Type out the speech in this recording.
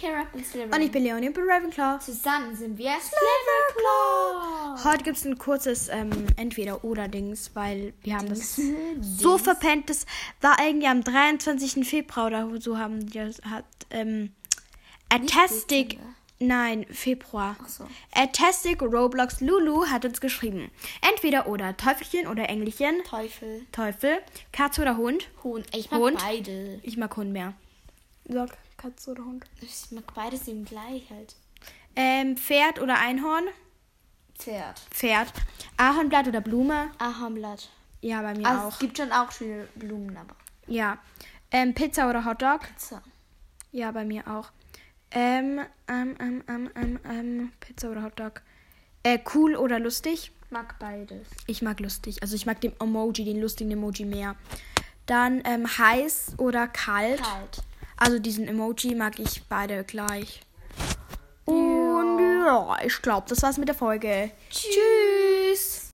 Kara und Slytherin. Und ich bin Leonie und bin Ravenclaw. Zusammen sind wir Slytherin. Heute gibt es ein kurzes ähm, Entweder-Oder-Dings, weil wir haben das so verpennt. Das war irgendwie am 23. Februar oder so haben die das- hat ähm, Atastic. Dezember. Nein, Februar. Ach so. Atastic Roblox Lulu hat uns geschrieben. Entweder oder Teufelchen oder Engelchen. Teufel. Teufel, Katze oder Hund. Huhn. Ich mag Hund? beide. Ich mag Hund mehr. Sag Katze oder Hund. Ich mag beides eben gleich halt. Ähm, Pferd oder Einhorn? Pferd. Pferd. Ahornblatt oder Blume? Ahornblatt. Ja, bei mir Also, auch. es gibt schon auch schöne Blumen, aber. Ja. Ähm, Pizza oder Hotdog? So. Ja, bei mir auch. Ähm, ähm, ähm, ähm, ähm, ähm, Pizza oder Hotdog? Äh, cool oder lustig? Mag beides. Ich mag lustig. Also ich mag den Emoji, den lustigen Emoji mehr. Dann ähm, heiß oder kalt. Kalt. Also diesen Emoji mag ich beide gleich. Und ja, ich glaube, das war's mit der Folge. Tschüss.